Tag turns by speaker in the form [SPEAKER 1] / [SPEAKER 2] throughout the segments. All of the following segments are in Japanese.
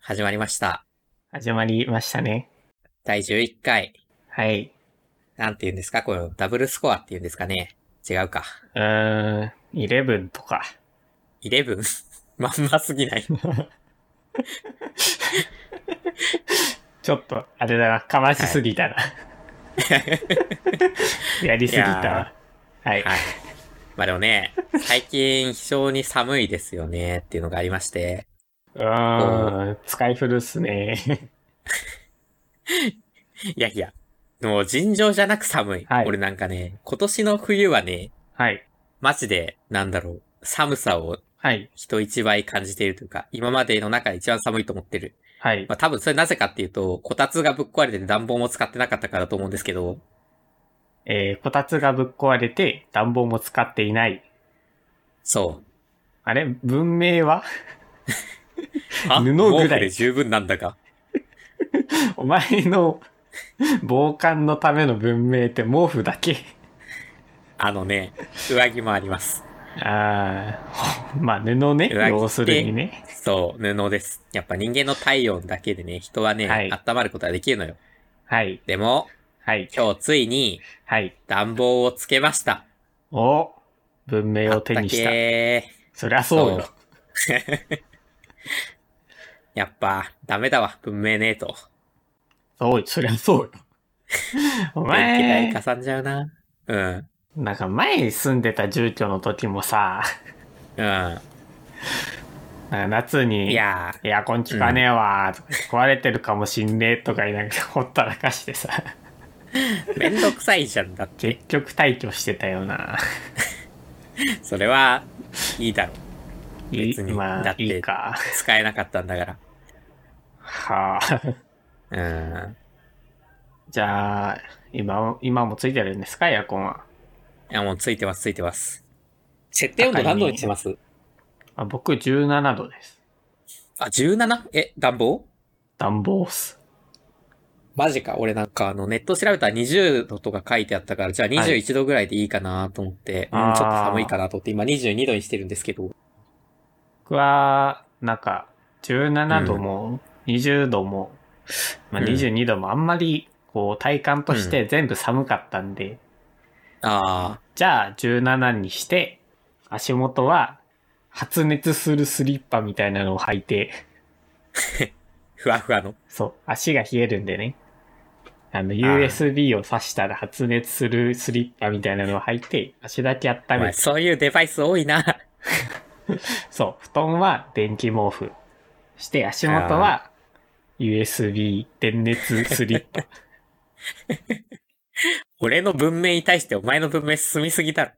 [SPEAKER 1] 始まりました。
[SPEAKER 2] 始まりましたね。
[SPEAKER 1] 第11回。
[SPEAKER 2] はい。
[SPEAKER 1] なんて言うんですかこのダブルスコアって言うんですかね違うか。
[SPEAKER 2] うーん、11とか。
[SPEAKER 1] 11? まんますぎ ない。
[SPEAKER 2] ちょっと、あれだな、かましすぎたな。やりすぎた
[SPEAKER 1] いや
[SPEAKER 2] な。はい。
[SPEAKER 1] はい。まあでもね、最近非常に寒いですよねっていうのがありまして、
[SPEAKER 2] うーん、使い古っすね。
[SPEAKER 1] いやいや、もう尋常じゃなく寒い。
[SPEAKER 2] はい
[SPEAKER 1] 俺なんかね、今年の冬はね、
[SPEAKER 2] はい。
[SPEAKER 1] マジで、なんだろう、寒さを
[SPEAKER 2] はい。
[SPEAKER 1] 人一倍感じているというか、今までの中で一番寒いと思ってる。
[SPEAKER 2] はい
[SPEAKER 1] ま。あ多分それなぜかっていうと、こたつがぶっ壊れてて暖房も使ってなかったからだと思うんですけど、
[SPEAKER 2] えー、こたつがぶっ壊れて、暖房も使っていない。
[SPEAKER 1] そう。
[SPEAKER 2] あれ文明 は
[SPEAKER 1] あ
[SPEAKER 2] 布
[SPEAKER 1] 毛
[SPEAKER 2] ぐらい
[SPEAKER 1] 布で十分なんだが。
[SPEAKER 2] お前の防寒のための文明って毛布だけ
[SPEAKER 1] あのね、上着もあります。
[SPEAKER 2] ああ、まあ布ね、
[SPEAKER 1] 上着って
[SPEAKER 2] 要するにね。
[SPEAKER 1] そう、布です。やっぱ人間の体温だけでね、人はね、
[SPEAKER 2] はい
[SPEAKER 1] 温まることができるのよ。
[SPEAKER 2] はい、
[SPEAKER 1] でも、
[SPEAKER 2] はい、
[SPEAKER 1] 今日ついに
[SPEAKER 2] はい。
[SPEAKER 1] 暖房をつけました。
[SPEAKER 2] お文明
[SPEAKER 1] あ
[SPEAKER 2] を
[SPEAKER 1] っ
[SPEAKER 2] 手
[SPEAKER 1] た
[SPEAKER 2] にした。
[SPEAKER 1] けー
[SPEAKER 2] そりゃそうよ
[SPEAKER 1] そ。やっぱ、ダメだわ、文明ねえと。
[SPEAKER 2] そうよ、そりゃそう よ。お
[SPEAKER 1] 電気代か
[SPEAKER 2] 前、
[SPEAKER 1] さんじゃうな。うん。
[SPEAKER 2] なんか前住んでた住居の時もさ、
[SPEAKER 1] うん。
[SPEAKER 2] なんか夏に、
[SPEAKER 1] いや
[SPEAKER 2] エアコン効かねえわーとか言って、壊れてるかもしんねえとか言いながらほったらかし てさ、
[SPEAKER 1] ー、めんどくさいじゃんだって。
[SPEAKER 2] 結局退去してたよな。
[SPEAKER 1] それは、いいだろう。
[SPEAKER 2] いい、
[SPEAKER 1] 別に
[SPEAKER 2] ま
[SPEAKER 1] だ
[SPEAKER 2] あ
[SPEAKER 1] っ、て
[SPEAKER 2] いいか。
[SPEAKER 1] 使えなかったんだか
[SPEAKER 2] はあ。
[SPEAKER 1] ら。うん。
[SPEAKER 2] じゃあ、今、今もついてるんですか、エアコンは。
[SPEAKER 1] いや、もうついてます、ついてます。設定温度何度にしてます
[SPEAKER 2] あ僕17度です。
[SPEAKER 1] あ、17? え、暖房
[SPEAKER 2] 暖房っす。
[SPEAKER 1] マジか。俺なんかあの、ネット調べたら20度とか書いてあったから、じゃあ21度ぐらいでいいかなと思って、
[SPEAKER 2] あー
[SPEAKER 1] うん、ちょっと寒いかなと思って、今22度にしてるんですけど。
[SPEAKER 2] 僕は、なんか、17度も20度も、まあ、
[SPEAKER 1] うん
[SPEAKER 2] 22度もあんまり、こう、体感として全部寒かったんで、
[SPEAKER 1] あ
[SPEAKER 2] じゃあ17にして、足元は発熱するスリッパみたいなのを履いて、
[SPEAKER 1] ー、ふわふわの。
[SPEAKER 2] そう、足が冷えるんでね。あの、
[SPEAKER 1] ー
[SPEAKER 2] USB を挿したら発熱するスリッパみたいなのを履いて、足だけ温
[SPEAKER 1] お
[SPEAKER 2] め
[SPEAKER 1] 前
[SPEAKER 2] て、
[SPEAKER 1] そういうデバイス多いな。
[SPEAKER 2] そう、布団は電気毛布。して、足元は USB 電熱スリッ パ。
[SPEAKER 1] 俺の文明に対してお前の文明進みすぎだろ。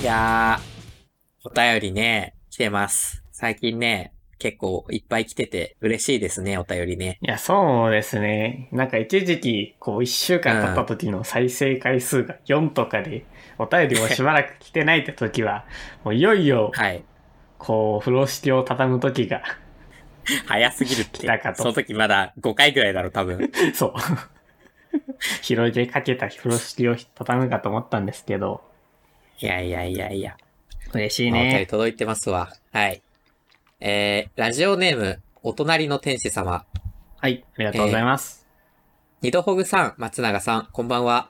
[SPEAKER 1] いやー、お便りね、来てます。最近ね、結構いっぱい来てて嬉しいですね、お便りね。
[SPEAKER 2] いや、そうですね。なんか一時期、こう一週間経った時の再生回数が4とかで、お便りもしばらく来てないって時は、もういよいよ、
[SPEAKER 1] はい。
[SPEAKER 2] こう、風呂敷を畳む時が、
[SPEAKER 1] 早すぎるって。
[SPEAKER 2] 来たかと
[SPEAKER 1] その時まだ5回ぐらいだろ、多分。
[SPEAKER 2] そう。広げかけた風呂敷を畳むかと思ったんですけど。
[SPEAKER 1] いやいやいやいや。
[SPEAKER 2] 嬉しい
[SPEAKER 1] お便り。届いてますわ。はい。えー、ラジオネーム、お隣の天使様。
[SPEAKER 2] はい、ありがとうございます。
[SPEAKER 1] 二度ほぐさん、松永さん、こんばんは。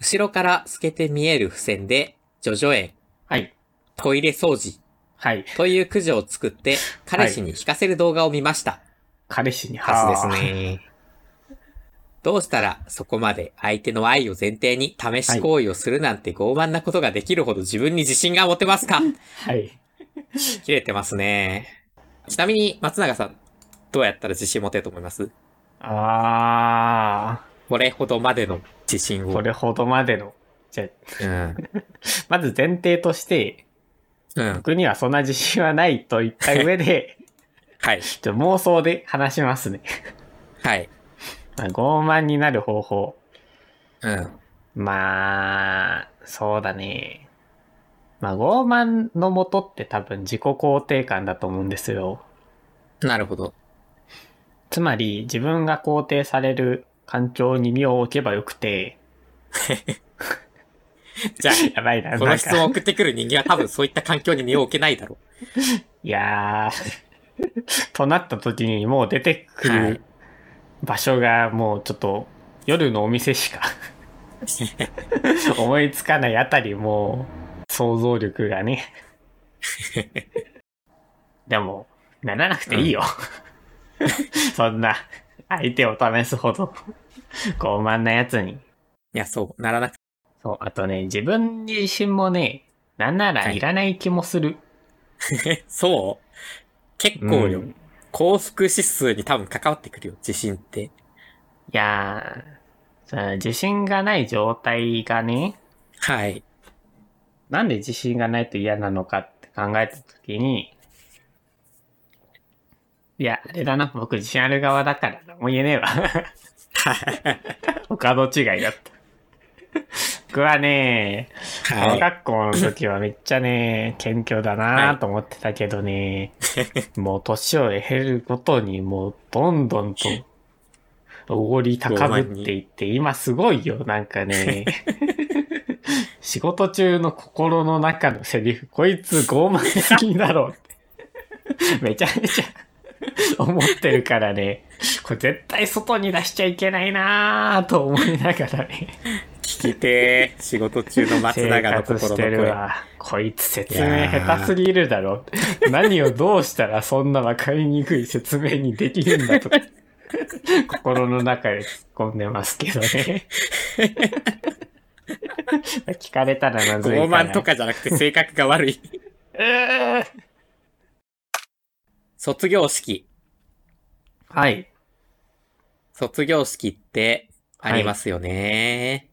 [SPEAKER 1] 後ろから透けて見える付箋で、ジョジョ園、
[SPEAKER 2] はい、
[SPEAKER 1] トイレ掃除
[SPEAKER 2] はい。
[SPEAKER 1] というくじを作って、彼氏に引かせる動画を見ました。
[SPEAKER 2] 彼氏に
[SPEAKER 1] は
[SPEAKER 2] はあ
[SPEAKER 1] ですね。どうしたらそこまで相手の愛を前提に試し行為をするなんて傲慢なことができるほど自分に自信が持てますか
[SPEAKER 2] はい。
[SPEAKER 1] 切れてますね。ちなみに松永さん、どうやったら自信持てると思います
[SPEAKER 2] あ
[SPEAKER 1] これほどまでの自信
[SPEAKER 2] ー、
[SPEAKER 1] を。
[SPEAKER 2] これほどまでの。じゃあ、
[SPEAKER 1] うん。
[SPEAKER 2] まず前提として、
[SPEAKER 1] うん。
[SPEAKER 2] 僕にはそんな自信はないと言った 上で、
[SPEAKER 1] はい。
[SPEAKER 2] ちょっと妄想で話しますね。
[SPEAKER 1] はい。
[SPEAKER 2] まあ傲慢になる方法。
[SPEAKER 1] うん。
[SPEAKER 2] まあ、そうだね。まあ、傲慢のもとって多分自己肯定感だと思うんですよ。
[SPEAKER 1] なるほど。
[SPEAKER 2] つまり、自分が肯定される環境に身を置けばよくて、
[SPEAKER 1] じゃ
[SPEAKER 2] やばいな、
[SPEAKER 1] あ、こ
[SPEAKER 2] な
[SPEAKER 1] の
[SPEAKER 2] ん
[SPEAKER 1] 質問を
[SPEAKER 2] か。
[SPEAKER 1] 送ってくる人間は多分そういった環境に身を置けないだろ
[SPEAKER 2] いやー、 となった時にもう出てく
[SPEAKER 1] はい
[SPEAKER 2] る場所がもうちょっと夜のお店しか
[SPEAKER 1] う。
[SPEAKER 2] 思いつかないあたりもう想像力がね。でも、ならなくていいよ。 そんな相手を試すほど傲慢なやつに。
[SPEAKER 1] いや、そう、ならなくて。
[SPEAKER 2] そう、あとね、自分自身もね、なんならいらない気もする。
[SPEAKER 1] そう結構よ、
[SPEAKER 2] うん
[SPEAKER 1] 幸福指数に多分関わってくるよ、自信って。
[SPEAKER 2] いやー、さ自信がない状態がね、
[SPEAKER 1] はい。
[SPEAKER 2] なんで自信がないと嫌なのかって考えたときに、いや、あれだな、僕自信ある側だから何も言えねえわ。 お門違いだった。僕はね、
[SPEAKER 1] は
[SPEAKER 2] 小
[SPEAKER 1] い。
[SPEAKER 2] 学校の時はめっちゃね、謙虚だなぁと思ってたけ どね、もう年を経るごとにもうどんどんと、おごり高ぶっていって、今すごいよ、なんか ね。仕事中の心の中のセリフ、こいつ傲慢すぎだろうって。めちゃめちゃ思ってるからね、これ絶対外に出しちゃいけないなぁと思いながらね。
[SPEAKER 1] 聞きてー仕事中の松
[SPEAKER 2] 生
[SPEAKER 1] 永の
[SPEAKER 2] 活
[SPEAKER 1] 心
[SPEAKER 2] し
[SPEAKER 1] の
[SPEAKER 2] てる
[SPEAKER 1] 声。
[SPEAKER 2] わ。こいつ説明下手すぎるだ ろ。何をどうしたらそんなわかりにくい説明にできるん だとか。心の中で突っ込んでますけ どね。聞かれたらまずい
[SPEAKER 1] 傲
[SPEAKER 2] から。
[SPEAKER 1] 慢とかじゃなくて性格が悪 い。
[SPEAKER 2] うー。
[SPEAKER 1] 卒業式。
[SPEAKER 2] はい。
[SPEAKER 1] 卒業式ってありますよね、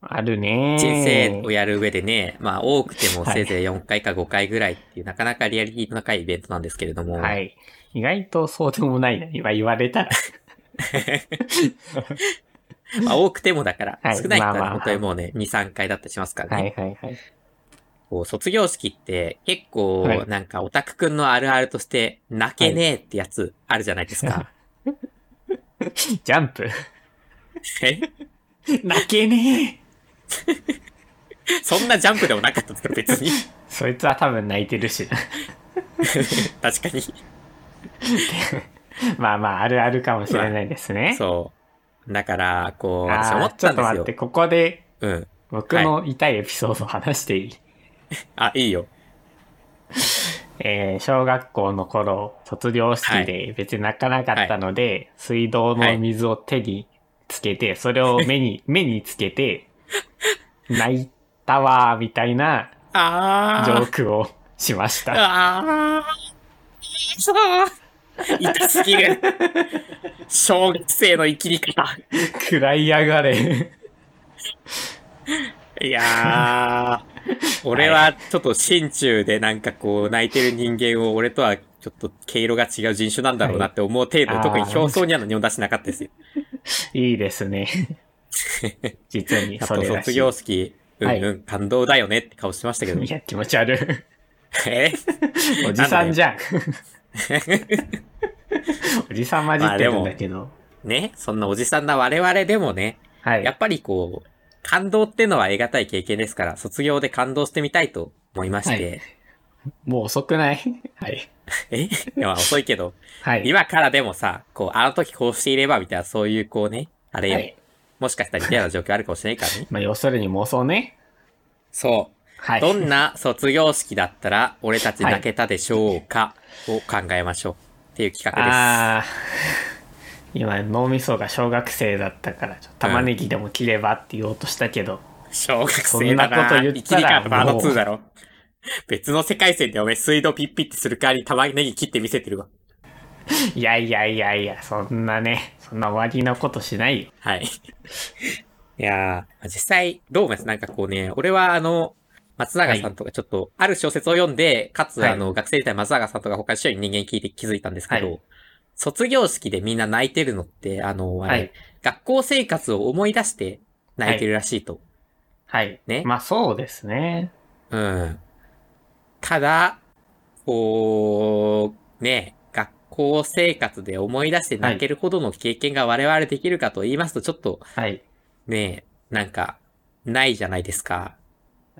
[SPEAKER 2] あるね。
[SPEAKER 1] 人生をやる上でね、まあ多くてもせいぜい4回か5回ぐらいっていう、なかなかリアリティの高いイベントなんですけれども。
[SPEAKER 2] はい。意外とそうでもないな。今言われたら。
[SPEAKER 1] まあ多くてもだから、
[SPEAKER 2] はい
[SPEAKER 1] 少ない人
[SPEAKER 2] まあま
[SPEAKER 1] は
[SPEAKER 2] あ
[SPEAKER 1] 本当にもうね、2、3回だったりしますから
[SPEAKER 2] は
[SPEAKER 1] ね。
[SPEAKER 2] いはいはい。
[SPEAKER 1] こう卒業式って結構
[SPEAKER 2] はい
[SPEAKER 1] なんかオタクくんのあるあるとして、泣けねえってやつあるじゃないです か。
[SPEAKER 2] ジャン プ。
[SPEAKER 1] え
[SPEAKER 2] 泣けねえ。
[SPEAKER 1] そんなジャンプでもなかったですか別 に。
[SPEAKER 2] そいつは多分泣いてるしな。
[SPEAKER 1] 確かに。
[SPEAKER 2] まあまあ、あるあるかもしれないですね。
[SPEAKER 1] そう。だから、こう、
[SPEAKER 2] あー
[SPEAKER 1] 私思っ
[SPEAKER 2] ちょ
[SPEAKER 1] た
[SPEAKER 2] っ
[SPEAKER 1] んです
[SPEAKER 2] と待っ
[SPEAKER 1] よ
[SPEAKER 2] て、。ここで
[SPEAKER 1] うん。
[SPEAKER 2] 僕の痛いエピソードを話していい、
[SPEAKER 1] あ、いいよ。
[SPEAKER 2] えー小学校の頃、卒業式で別に泣かなかったので、水道の水を手につけて、それを目 に、目につけて、泣いたわーみたいなジ
[SPEAKER 1] あ
[SPEAKER 2] ョ
[SPEAKER 1] ー
[SPEAKER 2] ークをしました。
[SPEAKER 1] ああ、そう。痛すぎる。小学生の生きり方。
[SPEAKER 2] 食らい上がれ。
[SPEAKER 1] いやー、俺はちょっと心中でなんかこう泣いてる人間を俺とはちょっと毛色が違う人種なんだろうなって思う程度、
[SPEAKER 2] はい
[SPEAKER 1] 特に
[SPEAKER 2] あー
[SPEAKER 1] 表層には何も出してなかったですよ。
[SPEAKER 2] いいで すね。実に
[SPEAKER 1] あ
[SPEAKER 2] そ
[SPEAKER 1] と
[SPEAKER 2] れらし
[SPEAKER 1] 卒
[SPEAKER 2] い。
[SPEAKER 1] 業式、うん
[SPEAKER 2] は
[SPEAKER 1] うん、感動だよねって顔してましたけど
[SPEAKER 2] い。や、気持ち悪い。
[SPEAKER 1] え
[SPEAKER 2] おじさんじゃん。 おじさん混じ
[SPEAKER 1] まあ
[SPEAKER 2] っ
[SPEAKER 1] で
[SPEAKER 2] て
[SPEAKER 1] も
[SPEAKER 2] るんだけど。
[SPEAKER 1] ね、そんなおじさんな我々でもね、
[SPEAKER 2] はい。
[SPEAKER 1] やっぱりこう、感動ってのは得難い経験ですから、卒業で感動してみたいと思いまして、
[SPEAKER 2] はいもう遅くないはい。
[SPEAKER 1] え いや、まあ遅いけど、
[SPEAKER 2] はい。
[SPEAKER 1] 今からでもさ、こう、あの時こうしていればみたいな、そういうこうね、あれよ、
[SPEAKER 2] はい。
[SPEAKER 1] もしかしたら嫌な状況あるかもしれないからね
[SPEAKER 2] まあ、要するに妄想ね。
[SPEAKER 1] そ
[SPEAKER 2] は
[SPEAKER 1] う。
[SPEAKER 2] い。
[SPEAKER 1] どんな卒業式だったら、俺たち泣けたでしょうか、を考えましょう。っていう企画で
[SPEAKER 2] ああ。今、脳みそが小学生だったから、ちょっと玉ねぎでも切ればって言おうとしたけど、
[SPEAKER 1] す。小学生だな。
[SPEAKER 2] そんなこと言ったら
[SPEAKER 1] 生きりか、バー
[SPEAKER 2] も
[SPEAKER 1] ド
[SPEAKER 2] う
[SPEAKER 1] 2だろ。別の世界線でおめえ水道ピッピってする代わりに玉ねぎ切って見せてるわ。
[SPEAKER 2] いやいやいやいや、そんなね、そんな終わりのことしないよ。
[SPEAKER 1] はい。いやー、実際、どう思いますなんかこうね、俺はあの、松永さんとかちょっと、ある小説を読んで、かつ
[SPEAKER 2] はい
[SPEAKER 1] あの、学生時代松永さんとか他の人に人間聞いて気づいたんですけど、
[SPEAKER 2] はい
[SPEAKER 1] 卒業式でみんな泣いてるのって、あの、あれ、
[SPEAKER 2] はい。
[SPEAKER 1] 学校生活を思い出して泣いてるらしいと。
[SPEAKER 2] はい。
[SPEAKER 1] ね
[SPEAKER 2] まあ、そうですね。
[SPEAKER 1] うん。ただ、こう、ね、学校生活で思い出して泣けるほどの経験が我々できるかと言いますと、ちょっと
[SPEAKER 2] はい。
[SPEAKER 1] ねえ、なんか、ないじゃないです か。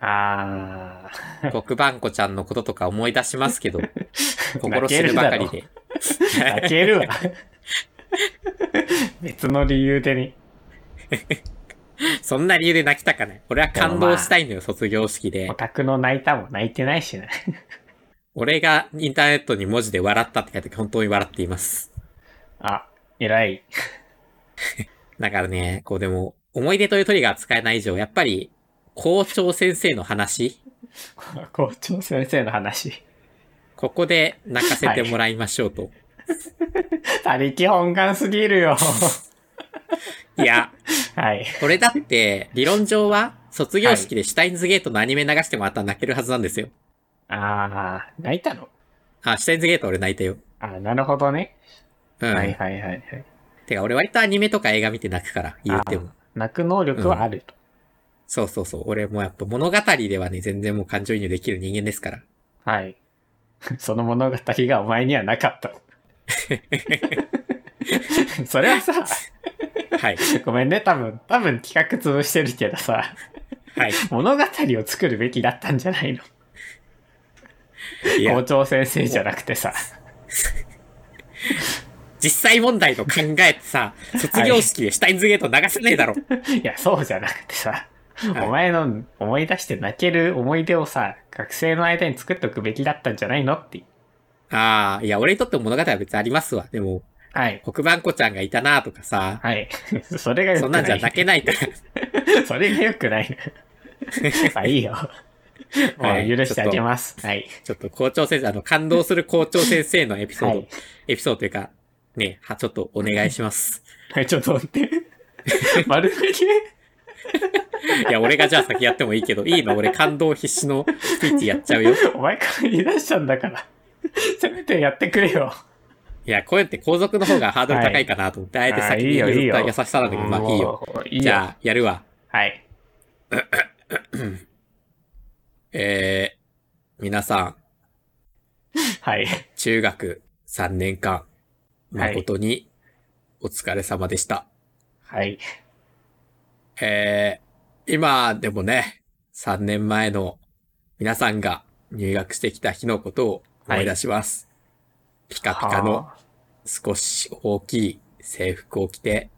[SPEAKER 2] あ
[SPEAKER 1] 黒板子ちゃんのこととか思い出します けど、
[SPEAKER 2] ー。
[SPEAKER 1] 心知るばかり
[SPEAKER 2] 泣
[SPEAKER 1] で。
[SPEAKER 2] けるだろ。泣けるわ。別の理由でに。
[SPEAKER 1] そんな理由で泣きたかない。俺は感動したいのよ、卒業式で
[SPEAKER 2] オ。タクの泣いたも泣いてないしな。
[SPEAKER 1] 俺がインターネットに文字で笑ったって書いて、本当に笑っています。
[SPEAKER 2] あ、偉い。
[SPEAKER 1] だからね、こうでも、思い出というトリガー使えない以上、やっぱり、校長先生の話、
[SPEAKER 2] 校長先生の話。
[SPEAKER 1] ここで泣かせてもらいましょうと。
[SPEAKER 2] 他力本願すぎるよ。
[SPEAKER 1] い、や、
[SPEAKER 2] はい。
[SPEAKER 1] これだって、理論上は、卒業式でシュタインズゲートのアニメ流してもらったら泣けるはずなんですよ。
[SPEAKER 2] あー、泣いたの
[SPEAKER 1] あ、シュタインズゲート俺泣いたよ。
[SPEAKER 2] あー、なるほどね。
[SPEAKER 1] うん。
[SPEAKER 2] はいはいはいはい。
[SPEAKER 1] てか、俺割とアニメとか映画見て泣くから、言うても。
[SPEAKER 2] 泣く能力はあると。
[SPEAKER 1] そうそうそう。俺もやっぱ物語ではね、全然もう感情移入できる人間ですから。
[SPEAKER 2] はい。その物語がお前にはな かった。それはさ、
[SPEAKER 1] はい。
[SPEAKER 2] ごめんね、多分、多分企画潰してるけどさ、
[SPEAKER 1] はい。
[SPEAKER 2] 物語を作るべきだったんじゃないの
[SPEAKER 1] いや
[SPEAKER 2] 校、長先生じゃなく てさ、
[SPEAKER 1] 実際問題と考えてさ、卒業式でシュタインズゲート流せねえだろ。
[SPEAKER 2] いや、そうじゃなくてさ、
[SPEAKER 1] はい
[SPEAKER 2] お前の思い出して泣ける思い出をさ、学生の間に作っておくべきだったんじゃないのって。
[SPEAKER 1] ああ、いや、俺にとっても物語は別にありますわ。でも、
[SPEAKER 2] はい。
[SPEAKER 1] 黒板子ちゃんがいたなとかさ、
[SPEAKER 2] はい。 それがよ
[SPEAKER 1] そ
[SPEAKER 2] く
[SPEAKER 1] ん
[SPEAKER 2] な。
[SPEAKER 1] ないんじゃ泣けないから。
[SPEAKER 2] それがよ くないの。まあいいよ。
[SPEAKER 1] はい
[SPEAKER 2] もう許してあげます。はい。
[SPEAKER 1] ちょっと校長先生、あの、感動する校長先生のエピソード、
[SPEAKER 2] はい
[SPEAKER 1] エピソードというか、ね、は、ちょっとお願いします。
[SPEAKER 2] はい、ちょっと 待って。丸投げ
[SPEAKER 1] いや、俺がじゃあ先やってもいいけど、いいの俺感動必死のスピーチやっちゃうよ。
[SPEAKER 2] お前から言い出したんだから。せめてやってくれよ。
[SPEAKER 1] いや、こうやって皇族の方がハードル高いかなと思って、あえて
[SPEAKER 2] あ
[SPEAKER 1] 先
[SPEAKER 2] いい
[SPEAKER 1] に
[SPEAKER 2] よ、いい
[SPEAKER 1] 言っ
[SPEAKER 2] よ。
[SPEAKER 1] た優しさなんだけど、まあいいよ。
[SPEAKER 2] もう。いい
[SPEAKER 1] じ
[SPEAKER 2] よ。
[SPEAKER 1] ゃあ、やるわ。
[SPEAKER 2] はい。
[SPEAKER 1] えー、皆さん、
[SPEAKER 2] はい。
[SPEAKER 1] 中学3年間、
[SPEAKER 2] はい
[SPEAKER 1] 誠にお疲れ様でした。
[SPEAKER 2] はい。
[SPEAKER 1] えー、今でもね、3年前の皆さんが入学してきた日のことを思い出します。ピカピカの
[SPEAKER 2] は
[SPEAKER 1] 少し大きい制服を着て、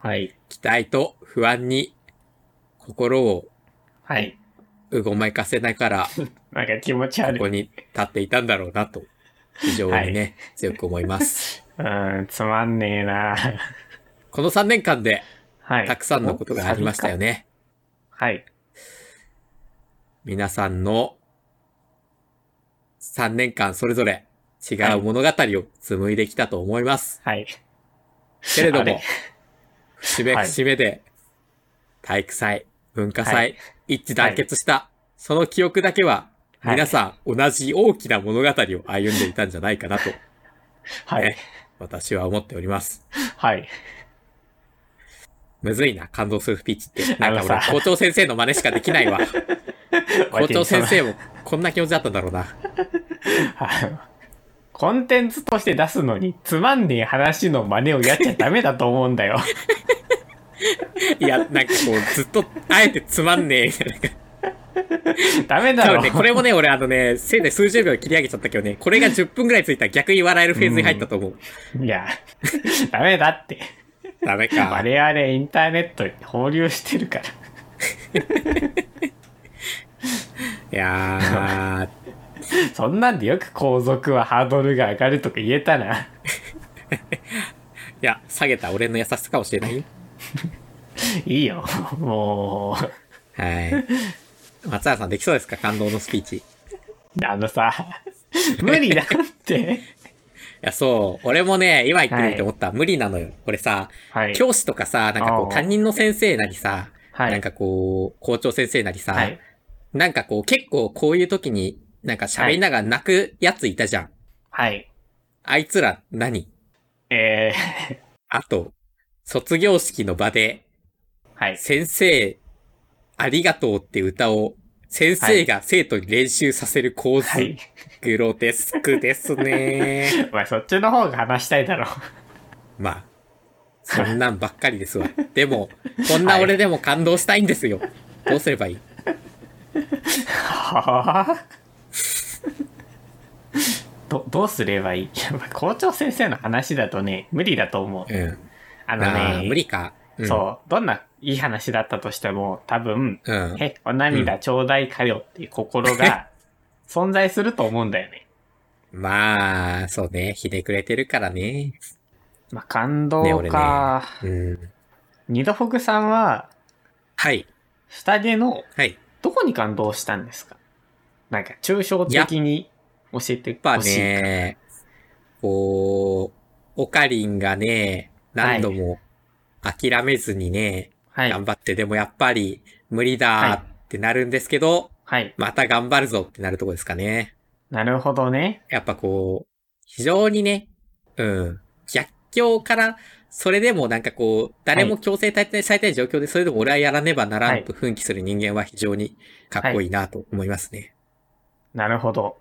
[SPEAKER 2] あ。はい。
[SPEAKER 1] 期待と不安に心を
[SPEAKER 2] はい。
[SPEAKER 1] うごめかせながら、
[SPEAKER 2] なんか気持ち
[SPEAKER 1] こ
[SPEAKER 2] 悪い。
[SPEAKER 1] こに立っていたんだろうなと、非常にね、
[SPEAKER 2] は
[SPEAKER 1] 強く思います。
[SPEAKER 2] うん、つまんねえな。
[SPEAKER 1] この3年間で、
[SPEAKER 2] はい。
[SPEAKER 1] たくさんのことがありましたよ
[SPEAKER 2] ね。
[SPEAKER 1] ね。
[SPEAKER 2] はい。
[SPEAKER 1] 皆さんの3年間それぞれ違う物語を紡いできたと思います。
[SPEAKER 2] はい。
[SPEAKER 1] けれど
[SPEAKER 2] あれ
[SPEAKER 1] も、節目
[SPEAKER 2] はい
[SPEAKER 1] 節目で体育祭、文化祭、
[SPEAKER 2] はい
[SPEAKER 1] 一致団結した、その記憶だけは、
[SPEAKER 2] はい
[SPEAKER 1] 皆さん同じ大きな物語を歩んでいたんじゃないかなと、
[SPEAKER 2] はい
[SPEAKER 1] ね。私は思っております。
[SPEAKER 2] はい。
[SPEAKER 1] むずいな、感動するスピーチって。なん
[SPEAKER 2] あ
[SPEAKER 1] か
[SPEAKER 2] の
[SPEAKER 1] 俺
[SPEAKER 2] さ、
[SPEAKER 1] 校長先生の真似しかでき ないわ。校長先生もこんな気持ちだったんだろうな。
[SPEAKER 2] あのコンテンツとして出すのにつまんねえ話の真似をやっちゃダメだと思うんだよ。
[SPEAKER 1] いや、なんかこう、ずっと、あえてつまんねえみたいな。
[SPEAKER 2] ダメだ
[SPEAKER 1] 多
[SPEAKER 2] ろ。
[SPEAKER 1] 分ね、これもね、俺あのね、せいぜい数十秒で切り上げちゃったけどね、これが10分くらいついたら逆に笑えるフェーズに入ったと思う。
[SPEAKER 2] いや、 ダメだって。
[SPEAKER 1] ダメか。
[SPEAKER 2] 我々インターネットに放流してるから。
[SPEAKER 1] い や
[SPEAKER 2] そんなんでよく皇族はハードルが上がるとか言えたな。
[SPEAKER 1] ー、いや、下げた俺の優しさかもしれないよ。
[SPEAKER 2] いいよ。もう。
[SPEAKER 1] はい。松原さんできそうですか感動のスピーチ。い
[SPEAKER 2] あ のさ、無理だって。
[SPEAKER 1] や、そう。俺もね、今言ってみて思った。無理なのよ。俺さ、
[SPEAKER 2] はい。
[SPEAKER 1] 教師とかさ、なんかこ
[SPEAKER 2] あ
[SPEAKER 1] う、
[SPEAKER 2] ー
[SPEAKER 1] 担任の先生なりさ、
[SPEAKER 2] はい
[SPEAKER 1] なんかこう、校長先生なりさ、
[SPEAKER 2] はい。
[SPEAKER 1] なんかこう、結構こういう時に、なんか喋りながら泣くやついたじゃん。
[SPEAKER 2] はい。
[SPEAKER 1] あいつら何
[SPEAKER 2] え
[SPEAKER 1] あと、卒業式の場で、
[SPEAKER 2] ー、はい。
[SPEAKER 1] 先生、ありがとうって歌を先生が生徒に練習させる構図、
[SPEAKER 2] はい。
[SPEAKER 1] グロテスクですね。
[SPEAKER 2] お前そっちの方が話したいだろ。
[SPEAKER 1] まあ、そんなんばっかりですわ。でも、こんな俺でも感動したいんですよ。どうすればいい
[SPEAKER 2] はあ ど、どうすればいいやっぱ校長先生の話だとね、無理だと思う。
[SPEAKER 1] うん。
[SPEAKER 2] あの
[SPEAKER 1] ああ、
[SPEAKER 2] ね、
[SPEAKER 1] 無理か。うん、
[SPEAKER 2] そう、どんないい話だったとしても、多分、
[SPEAKER 1] う。ん。
[SPEAKER 2] え、お涙ちょうだいかよっていう心 が存在すると思うんだよね。
[SPEAKER 1] まあ、そうね。ひねくれてるからね。
[SPEAKER 2] まあ、感動
[SPEAKER 1] ね、俺ね
[SPEAKER 2] か。。
[SPEAKER 1] うん。
[SPEAKER 2] 二度ほぐさんは、
[SPEAKER 1] はい。
[SPEAKER 2] 下での
[SPEAKER 1] はい。
[SPEAKER 2] どこに感動したんですかなんか、抽象的に教えて
[SPEAKER 1] やっぱ
[SPEAKER 2] ほしい。
[SPEAKER 1] ね、こう、オカリンがね、何度も諦めずにね、
[SPEAKER 2] はい。
[SPEAKER 1] 頑張って、でもやっぱり無理だーってなるんですけど、
[SPEAKER 2] はい。
[SPEAKER 1] また頑張るぞってなるとこですかね。
[SPEAKER 2] なるほどね。
[SPEAKER 1] やっぱこう、非常にね、うん、逆境から、それでもなんかこう、誰も強制されてされてない状況で、それでも俺はやらねばならんと奮起する人間は非常にかっこいいなと思いますね。
[SPEAKER 2] なるほど。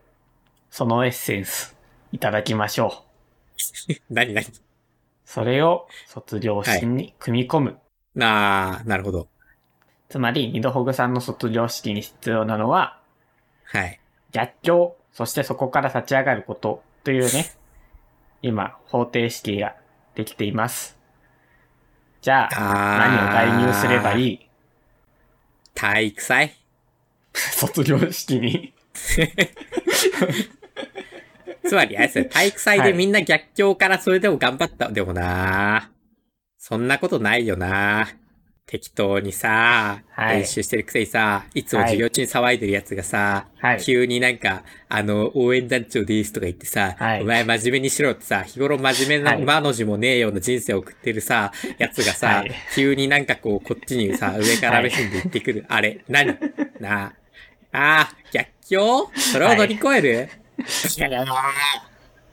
[SPEAKER 2] そのエッセンス、いただきましょう。
[SPEAKER 1] 何何
[SPEAKER 2] それを卒業式に組み込む。
[SPEAKER 1] なあ、なるほど。
[SPEAKER 2] つまり、二度ほぐさんの卒業式に必要なのは、
[SPEAKER 1] はい。
[SPEAKER 2] 逆境、そしてそこから立ち上がることというね、今、方程式ができています。じゃあ、何を
[SPEAKER 1] あ
[SPEAKER 2] 代入すればい
[SPEAKER 1] い
[SPEAKER 2] い
[SPEAKER 1] 体育祭
[SPEAKER 2] 卒業式に。
[SPEAKER 1] つまり、あれですね、体育祭でみんな逆境からそれでも頑張った。でもなそんなことないよな適当にさ、
[SPEAKER 2] はい
[SPEAKER 1] 練習してるくせにさ、いつも授業中に騒いでるやつがさ、
[SPEAKER 2] はい。
[SPEAKER 1] 急になんか、あの、応援団長ですとか言ってさ、
[SPEAKER 2] はい
[SPEAKER 1] お前真面目にしろってさ、日頃真面目な、
[SPEAKER 2] はい
[SPEAKER 1] 馬の字もねえような人生を送ってるさ、やつがさ、
[SPEAKER 2] はい
[SPEAKER 1] 急になんかこう、こっちにさ、上から目線で行ってくる。あれ、何なあ、ああ、逆境それを乗り越える、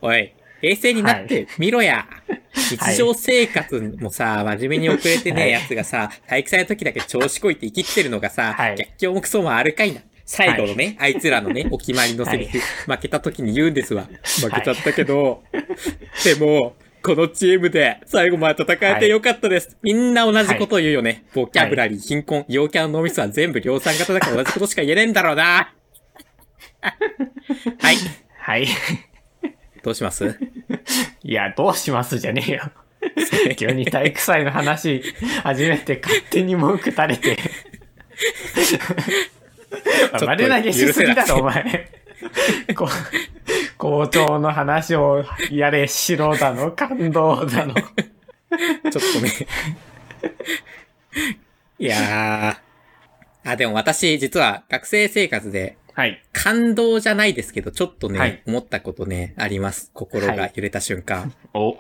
[SPEAKER 1] おい、冷静になってみろ や、日常生活もさ、真面目に遅れてね
[SPEAKER 2] は
[SPEAKER 1] え
[SPEAKER 2] い
[SPEAKER 1] やつがさ、体育祭の時だけ調子こいて生きってるのがさ、
[SPEAKER 2] はい
[SPEAKER 1] 逆境もクソもあるかいな。最後のね、あいつらの ね、お決まりのセリフ、負けた時に言うんですわ。負けちゃったけど、でも、このチームで最後まで戦えてよかったです。みんな同じことを言うよね。ボキャブラリー、貧困、陽キャの脳みそは全部量産型だから同じことしか言えねえんだろう な。はい。
[SPEAKER 2] はい。
[SPEAKER 1] どうします
[SPEAKER 2] いや、どうしますじゃねえよ。 急に体育祭の話、初めて勝手に文句垂れ て。
[SPEAKER 1] と
[SPEAKER 2] 丸投げしすぎだろ、お前。こ校長の話をやれ、白だの、感動だの。
[SPEAKER 1] ちょっと ね。いやー。あ、でも私、実は学生生活で
[SPEAKER 2] はい。
[SPEAKER 1] 感動じゃないですけど、ちょっとね、
[SPEAKER 2] はい
[SPEAKER 1] 思ったことね、あります。心が揺れた瞬間。
[SPEAKER 2] お。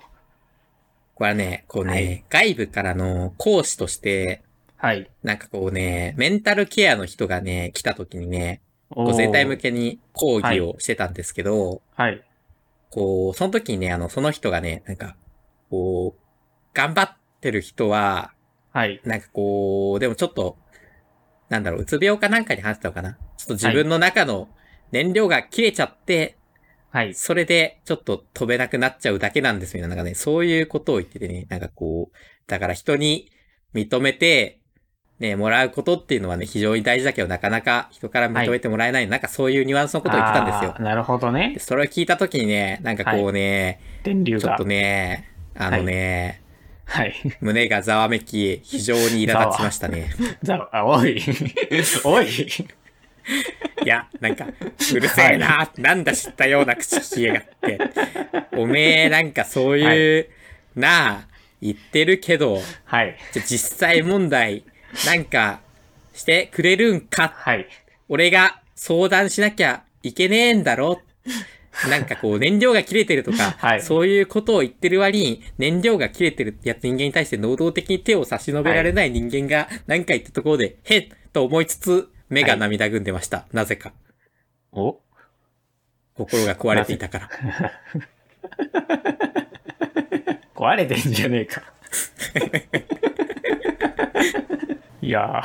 [SPEAKER 1] これはね、こうね、
[SPEAKER 2] はい
[SPEAKER 1] 外部からの講師として、
[SPEAKER 2] はい。
[SPEAKER 1] なんかこうね、メンタルケアの人がね、来た時にね、
[SPEAKER 2] お
[SPEAKER 1] こう全体向
[SPEAKER 2] け。
[SPEAKER 1] けに講義をしてたんですけど、
[SPEAKER 2] はい。
[SPEAKER 1] こう、その時にね、あの、その人がね、なんか、こう、頑張ってる人は、
[SPEAKER 2] はい。
[SPEAKER 1] なんかこう、でもちょっと、なんだろう、うつ病かなんかに話してたのかな。ちょっと自分の中の燃料が切れちゃって、
[SPEAKER 2] はい。
[SPEAKER 1] それでちょっと飛べなくなっちゃうだけなんですみたいな、なんかね、そういうことを言っててね、なんかこう、だから人に認めて、ね、もらうことっていうのはね、非常に大事だけど、なかなか人から認めてもらえない、なんかそういうニュアンスのことを言ってたんですよ
[SPEAKER 2] あー。なるほどね
[SPEAKER 1] で。それを聞いたときにね、なんかこうね、
[SPEAKER 2] 電流
[SPEAKER 1] ちょっ
[SPEAKER 2] が
[SPEAKER 1] と。ね、あのね、
[SPEAKER 2] はい。
[SPEAKER 1] 胸がざわめき、非常に苛立ちましたね。
[SPEAKER 2] じゃあ、あおい。 おい。
[SPEAKER 1] いや、なんか、うるせえな、なんだ知ったような口利きやがって。おめえなんかそういう、なあ、言ってるけど、
[SPEAKER 2] はい。
[SPEAKER 1] じゃ実際問題、なんか、してくれるんか、
[SPEAKER 2] はい。
[SPEAKER 1] 俺が相談しなきゃいけねえんだろ。なんかこう、燃料が切れてるとか、
[SPEAKER 2] はい
[SPEAKER 1] そういうことを言ってる割に、燃料が切れてるやつ人間に対して能動的に手を差し伸べられない人間が、なんか言ったところで、へっと思いつつ、目が涙ぐんでました。なぜか。
[SPEAKER 2] お
[SPEAKER 1] 心が壊れていたから。
[SPEAKER 2] 壊れてんじゃねえ か。いや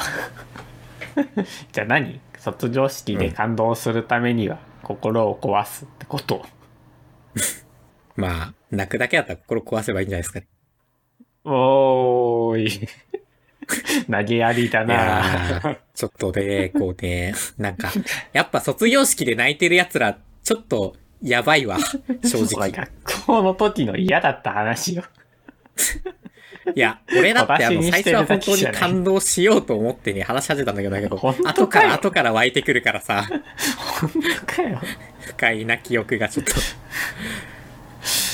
[SPEAKER 2] ー。じゃあ何 卒業式で感動するためには心を壊すってことを。
[SPEAKER 1] まあ、泣くだけだったら心壊せばいいんじゃないですかね。
[SPEAKER 2] おーい。 投げやりだ
[SPEAKER 1] いや
[SPEAKER 2] な
[SPEAKER 1] ーちょっとね、こうね、 なんか、やっぱ卒業式で泣いてる奴ら、ちょっと、やばいわ、正
[SPEAKER 2] そうだ
[SPEAKER 1] 直。
[SPEAKER 2] 学校の時の嫌だった話よ。
[SPEAKER 1] いや、俺だってあの、
[SPEAKER 2] 私に
[SPEAKER 1] 最
[SPEAKER 2] して
[SPEAKER 1] 初
[SPEAKER 2] る
[SPEAKER 1] は本
[SPEAKER 2] だけ
[SPEAKER 1] 当に
[SPEAKER 2] じゃない
[SPEAKER 1] 感動しようと思ってね、話し始めたんだけど、だけど
[SPEAKER 2] 本当、かよ
[SPEAKER 1] 後から後から湧いてくるからさ、
[SPEAKER 2] 本当かよ。
[SPEAKER 1] 不快な記憶がちょっ と。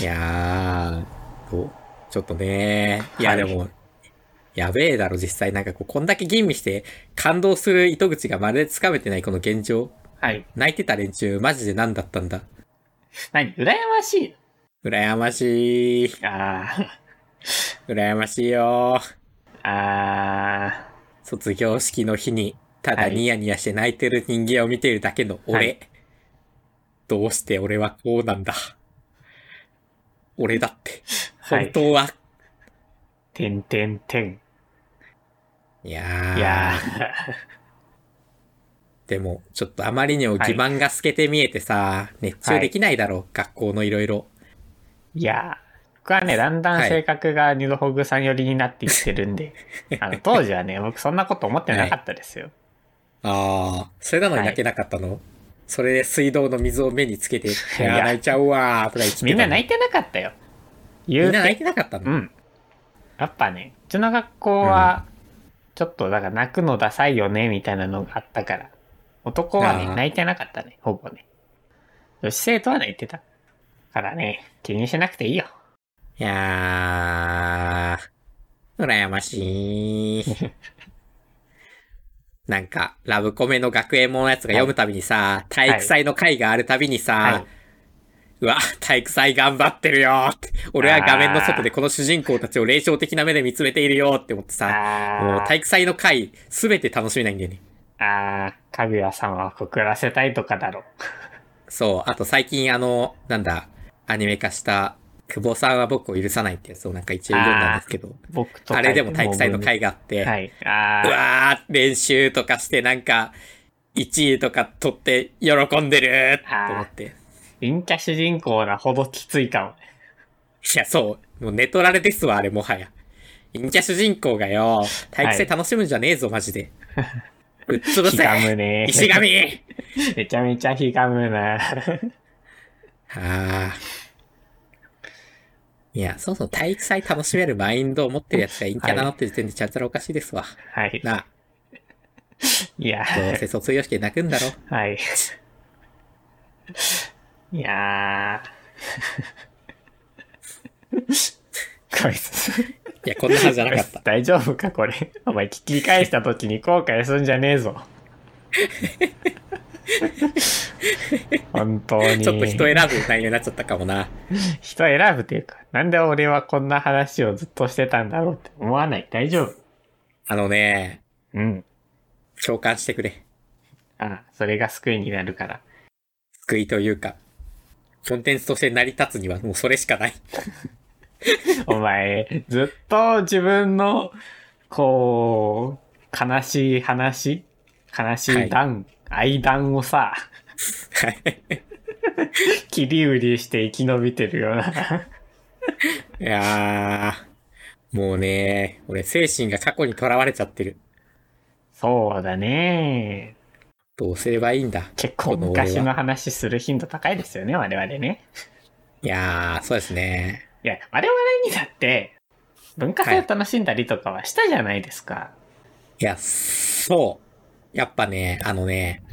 [SPEAKER 1] いやー、そうちょっとね、いや
[SPEAKER 2] はい
[SPEAKER 1] でも、やべえだろ、実際。なんかこう、こんだけ吟味して、感動する糸口がまるでつかめてないこの現状。
[SPEAKER 2] はい。
[SPEAKER 1] 泣いてた連中、マジで何だったんだ。
[SPEAKER 2] 何羨まし
[SPEAKER 1] 羨ましい。
[SPEAKER 2] い。あ
[SPEAKER 1] 羨ましいよ。
[SPEAKER 2] ー、あ
[SPEAKER 1] 卒業式の日に、ただ
[SPEAKER 2] はい
[SPEAKER 1] ニヤニヤして泣いてる人間を見ているだけの俺。
[SPEAKER 2] はい
[SPEAKER 1] どうして俺はこうなんだ。俺だって、
[SPEAKER 2] は
[SPEAKER 1] 本
[SPEAKER 2] い
[SPEAKER 1] 当は。
[SPEAKER 2] ー、てんてんてん。
[SPEAKER 1] い、やー
[SPEAKER 2] いや
[SPEAKER 1] でも、ちょっとあまりにも欺瞞が透けて見えてさ、熱中できないだろう、学校のいろいろ。
[SPEAKER 2] ー、いやー。僕はね、だんだ
[SPEAKER 1] は
[SPEAKER 2] ん
[SPEAKER 1] い
[SPEAKER 2] 性格がニドホグさん寄りになっていってるんで、あの、当時はね、僕そんなこと思ってなかったですよ。
[SPEAKER 1] ああ、それなのに泣けなかったの、それで水道の水を目につけて、いや
[SPEAKER 2] い
[SPEAKER 1] ー
[SPEAKER 2] や
[SPEAKER 1] 泣いちゃうわーとか言ってたの
[SPEAKER 2] みんな泣いてなかったよ。
[SPEAKER 1] み
[SPEAKER 2] 言
[SPEAKER 1] ん
[SPEAKER 2] う
[SPEAKER 1] な
[SPEAKER 2] て
[SPEAKER 1] 泣いてなかったの、
[SPEAKER 2] うん。やっぱね、うちの学校は、ちょっとだから泣くのダサいよね、みたいなのがあったから。男はね
[SPEAKER 1] あ、ー
[SPEAKER 2] 泣いてなかったね、ほぼね。女子生徒は泣いてた。からね、気にしなくていいよ。
[SPEAKER 1] いやー、羨まし い。なんか、ラブコメの学園ものやつが読むたびにさ、
[SPEAKER 2] い
[SPEAKER 1] 体育祭の回があるたびにさ、
[SPEAKER 2] はい。
[SPEAKER 1] うわ、体育祭頑張ってるよーって。俺は画面の外でこの主人公たちを霊障的な目で見つめているよーって思ってさ、もう
[SPEAKER 2] あー
[SPEAKER 1] 体育祭の回、すべて楽しみないんだよね。
[SPEAKER 2] あー、かぐやさんは告らせたいとかだろう。
[SPEAKER 1] そう、あと最近あの、なんだ、アニメ化した、久保さんは僕を許さないってやつをなんか一応読んだんですけど、
[SPEAKER 2] 僕と
[SPEAKER 1] あ
[SPEAKER 2] か
[SPEAKER 1] れでも体育祭の回があって、
[SPEAKER 2] はい。あ
[SPEAKER 1] う
[SPEAKER 2] ー
[SPEAKER 1] わー、練習とかしてなんか、1位とか取って喜んでるーと思って。
[SPEAKER 2] 陰キャ主人公なほどきついかも。
[SPEAKER 1] いや、そう。もう寝取られですわ、あれ、もはや。陰キャ主人公がよ、体育祭楽しむんじゃねえぞ、マジ で。うっつぶ
[SPEAKER 2] ひがむ
[SPEAKER 1] せ
[SPEAKER 2] ね。
[SPEAKER 1] 石神
[SPEAKER 2] めちゃめちゃひがむ な。
[SPEAKER 1] ああ。いや、そもそも体育祭楽しめるマインドを持ってるやつが陰キャだなって時点でちゃちゃらおかしいですわ。
[SPEAKER 2] はい。
[SPEAKER 1] ない
[SPEAKER 2] や
[SPEAKER 1] あ、どうせ卒業式で泣くんだろ。
[SPEAKER 2] はい。いや ー。こいつ。
[SPEAKER 1] いや、こんなはずじゃなか った。
[SPEAKER 2] 大丈夫かこれ。お前聞き返した時に後悔すんじゃねえ ぞ。本当に。
[SPEAKER 1] ちょっと人選ぶ内容になっちゃったかもな。
[SPEAKER 2] 人選ぶというか、なんで俺はこんな話をずっとしてたんだろうって思わない。大丈夫。
[SPEAKER 1] あのね、
[SPEAKER 2] うん。
[SPEAKER 1] 共感してくれ。
[SPEAKER 2] あ、それが救いになるから。
[SPEAKER 1] 救いというか、コンテンツとして成り立つにはもうそれしかない。
[SPEAKER 2] お前、ずっと自分の、こう、悲しい話、悲しい段、哀談をさ、
[SPEAKER 1] はい。
[SPEAKER 2] 切り売りして生き延びてるような。
[SPEAKER 1] いやー、もうね、俺精神が過去に囚われちゃってる。
[SPEAKER 2] そうだね。
[SPEAKER 1] どうすればいいんだ。
[SPEAKER 2] 結構
[SPEAKER 1] この俺は
[SPEAKER 2] 昔の話する頻度高いですよね、我々ね。
[SPEAKER 1] いやー、そうですね。
[SPEAKER 2] いや、我々にだって、文化祭を楽しんだりとかはしたじゃないですか。
[SPEAKER 1] いや、そう。やっぱね、あのね、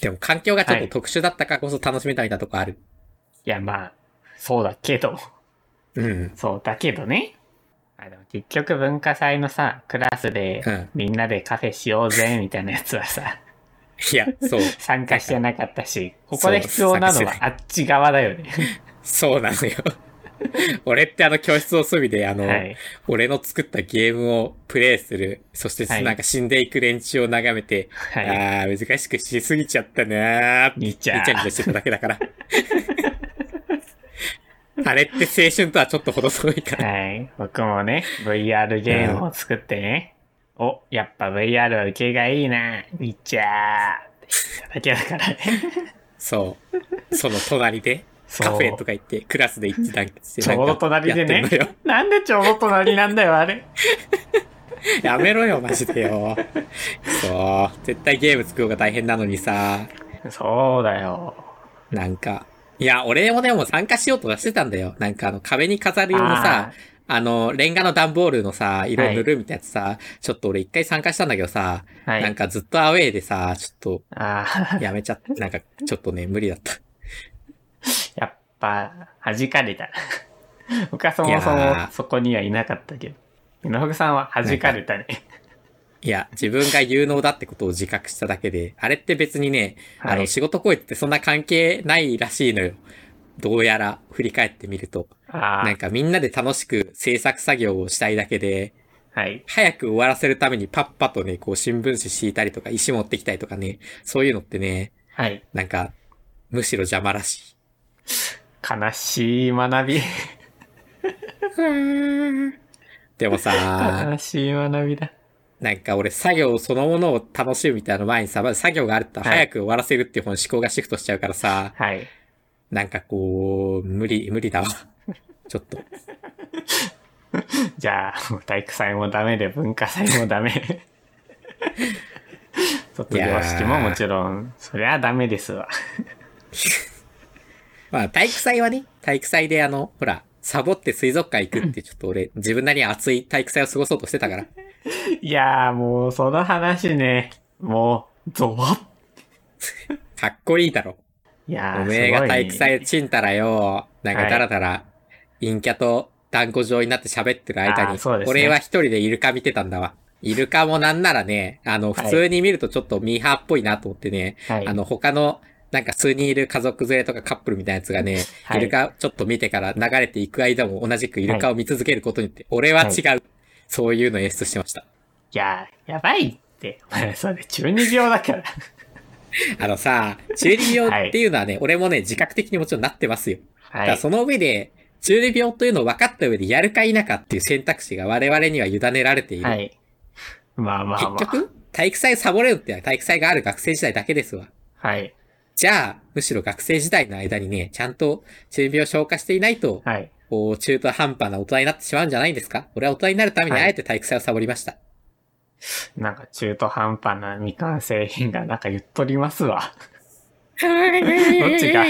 [SPEAKER 1] でも環境がちょっ
[SPEAKER 2] は
[SPEAKER 1] と
[SPEAKER 2] い
[SPEAKER 1] 特殊だったからこそ楽しめたみたいなとこある。
[SPEAKER 2] い、や、まあ、そうだけど、
[SPEAKER 1] うん。
[SPEAKER 2] そうだけどね。あでも結局文化祭のさ、クラスで、
[SPEAKER 1] うん。
[SPEAKER 2] みんなでカフェしようぜ、みたいなやつは さ、
[SPEAKER 1] いや、そう。
[SPEAKER 2] 参加してなかったし、
[SPEAKER 1] そう
[SPEAKER 2] ここで必要なのは
[SPEAKER 1] 参加して
[SPEAKER 2] あっち側だよね。
[SPEAKER 1] そうなのよ。俺ってあの教室の隅で、あの、
[SPEAKER 2] はい。
[SPEAKER 1] 俺の作ったゲームをプレイする、そして
[SPEAKER 2] はい
[SPEAKER 1] なんか死んでいく連中を眺めて、
[SPEAKER 2] はい。
[SPEAKER 1] あー、難しくしすぎちゃったなーって
[SPEAKER 2] にちゃ
[SPEAKER 1] イチャイチャしてただけだ から。あれって青春とはちょっと程遠いから。
[SPEAKER 2] はい。僕もね、VR ゲームを作ってね、お、やっぱ VR は受けがいいな、にっちゃーって。だけだからね。
[SPEAKER 1] そう。その隣で、
[SPEAKER 2] そ う
[SPEAKER 1] カフェとか行って、クラスで一致団結して
[SPEAKER 2] ちょうど隣でね
[SPEAKER 1] やってんのよ。
[SPEAKER 2] なんでちょうど隣なんだよ、あれ。
[SPEAKER 1] やめろよ、マジでよ。そう。絶対ゲーム作るのが大変なのにさ、
[SPEAKER 2] そうだよ。
[SPEAKER 1] なんか。いや、俺もでも参加しようとはしてたんだよ。なんかあの壁に飾る用のさ、あの、レンガの段ボールのさ、色塗るみたいなやつさ、ちょっと俺一回参加したんだけどさ、
[SPEAKER 2] あーは
[SPEAKER 1] なん
[SPEAKER 2] い。
[SPEAKER 1] かずっとアウェイでさ、ちょ
[SPEAKER 2] あ
[SPEAKER 1] っ
[SPEAKER 2] あ、
[SPEAKER 1] とやめちゃって、なんかちょっとね、無理だった。
[SPEAKER 2] やっぱ、弾かれた。 僕はそ
[SPEAKER 1] いや
[SPEAKER 2] もそも
[SPEAKER 1] ー
[SPEAKER 2] そこにはいなかったけど。稲穂さんは弾かれたね。
[SPEAKER 1] いや、自分が有能だってことを自覚しただけで、あれって別にね、あ
[SPEAKER 2] は
[SPEAKER 1] の、
[SPEAKER 2] い
[SPEAKER 1] 仕事行為ってそんな関係ないらしいのよ。どうやら振り返ってみると。
[SPEAKER 2] あ
[SPEAKER 1] なんかみんなで楽しく制作作業をしたいだけで、
[SPEAKER 2] あ、はい。
[SPEAKER 1] 早く終わらせるためにパッパとね、こう新聞紙敷いたりとか石持ってきたりとかね、そういうのってね、
[SPEAKER 2] はい。
[SPEAKER 1] なんか、むしろ邪魔らし
[SPEAKER 2] 悲しい学び。
[SPEAKER 1] い。でもさ、
[SPEAKER 2] 悲しい学びだ。
[SPEAKER 1] なんか俺作業そのものを楽しむみたいなの前にさ、まず作業があると
[SPEAKER 2] はい
[SPEAKER 1] 早く終わらせるっていう方に思考がシフトしちゃうからさ、
[SPEAKER 2] はい。
[SPEAKER 1] なんかこう、無理、無理 だわ。ちょっと。
[SPEAKER 2] じゃあ、もう体育祭もダメで、文化祭もダメ。 卒業式ももちろん、そりゃダメですわ。
[SPEAKER 1] まあ、体育祭はね、体育祭であの、ほら、サボって水族館行くって、ちょっと俺、自分なりに熱い体育祭を過ごそうとしてたから。
[SPEAKER 2] いやーもうその話ね、もう、ゾワッ。
[SPEAKER 1] かっこいいだろ。
[SPEAKER 2] いやー
[SPEAKER 1] おめえが体育
[SPEAKER 2] すごいね
[SPEAKER 1] 祭ちんたらよ、なんか
[SPEAKER 2] はい
[SPEAKER 1] だらだら、陰キャと団子状になって喋ってる間
[SPEAKER 2] あー
[SPEAKER 1] に、
[SPEAKER 2] そうですね
[SPEAKER 1] 俺は一人でイルカ見てたんだわ。イルカもなんならね、あの、
[SPEAKER 2] はい
[SPEAKER 1] 普通に見るとちょっとミーハーっぽいなと思ってね、
[SPEAKER 2] はい、
[SPEAKER 1] あの、他の、なんか数人いる家族連れとかカップルみたいなやつがね、
[SPEAKER 2] はい
[SPEAKER 1] イルカちょっと見てから流れていく間も同じくイルカを見続けることによって、俺は違う、そういうの演出してました。
[SPEAKER 2] いやーやばいって。 お前それ中二病 だから。
[SPEAKER 1] あのさ、中二病っていうのはね、俺もね、自覚的にもちろんなってますよ。だ
[SPEAKER 2] は
[SPEAKER 1] から
[SPEAKER 2] い。
[SPEAKER 1] その上で、中二病というのを分かった上でやるか否かっていう選択肢が我々には委ねられている。
[SPEAKER 2] はい。まあまあま
[SPEAKER 1] 結
[SPEAKER 2] あ。
[SPEAKER 1] 局、体育祭サボれるってのは体育祭がある学生時代だけですわ。
[SPEAKER 2] はい。
[SPEAKER 1] じゃあ、むしろ学生時代の間にね、ちゃんと中二病を消化していないと、
[SPEAKER 2] はい。
[SPEAKER 1] こう、中途半端な大人になってしまうんじゃないんですか俺は大人になるために
[SPEAKER 2] はい
[SPEAKER 1] あえて体育祭をサボりました。
[SPEAKER 2] なんか中途半端な未完成品がなんか言っとりますわ。 どっ ちが、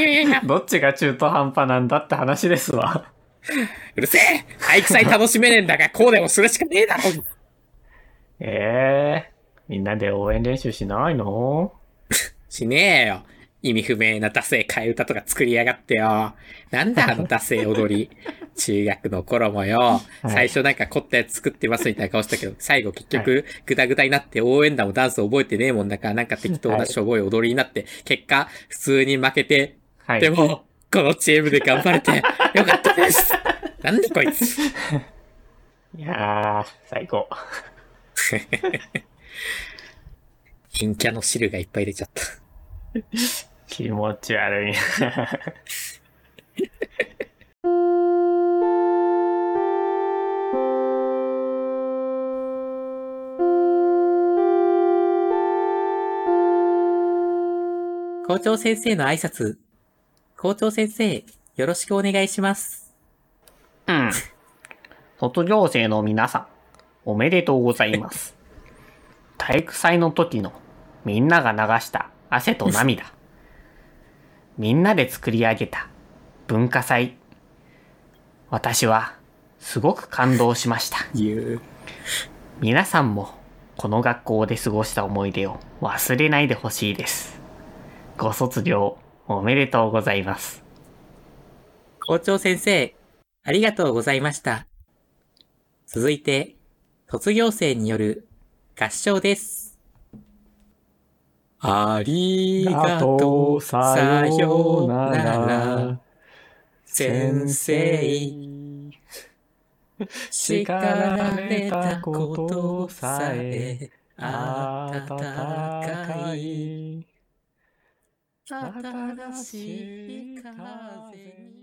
[SPEAKER 2] どっちが中途半端なんだって話ですわ。
[SPEAKER 1] うるせえ体育祭楽しめねえんだが、こうでもするしかねえだろ
[SPEAKER 2] ええー、みんなで応援練習しないの
[SPEAKER 1] しねえよ。意味不明なダセえ替え歌とか作りやがってよ。なんだあのダセえ踊 り。中学の頃もよ、
[SPEAKER 2] い
[SPEAKER 1] 最初なんか凝ったやつ作ってますみたいな顔したけど、最後結局グダグダになって応援団もダンス覚えてねえもんだから、なんか適当なしょぼい踊りになって、結果普通に負けて、
[SPEAKER 2] はい。
[SPEAKER 1] でも、このチームで頑張れ てよかったです。なんでこいつ。
[SPEAKER 2] いやー、最高。
[SPEAKER 1] 陰キャの汁がいっぱい入れちゃった。
[SPEAKER 2] 気持ち悪い。
[SPEAKER 1] 校長先生の挨拶。校長先生、よろしくお願いします。
[SPEAKER 2] うん。卒業生の皆さん、おめでとうございます。体育祭の時のみんなが流した汗と涙。みんなで作り上げた文化祭。私はすごく感動しました。
[SPEAKER 1] 言う。
[SPEAKER 2] 皆さんもこの学校で過ごした思い出を忘れないでほしいです。ご卒業おめでとうございます。
[SPEAKER 1] 校長先生、ありがとうございました。続いて、卒業生による合唱です。ありがとう、さようなら、先生。叱られたことさえ、温かい、
[SPEAKER 2] 暖かい
[SPEAKER 1] 新しい風に。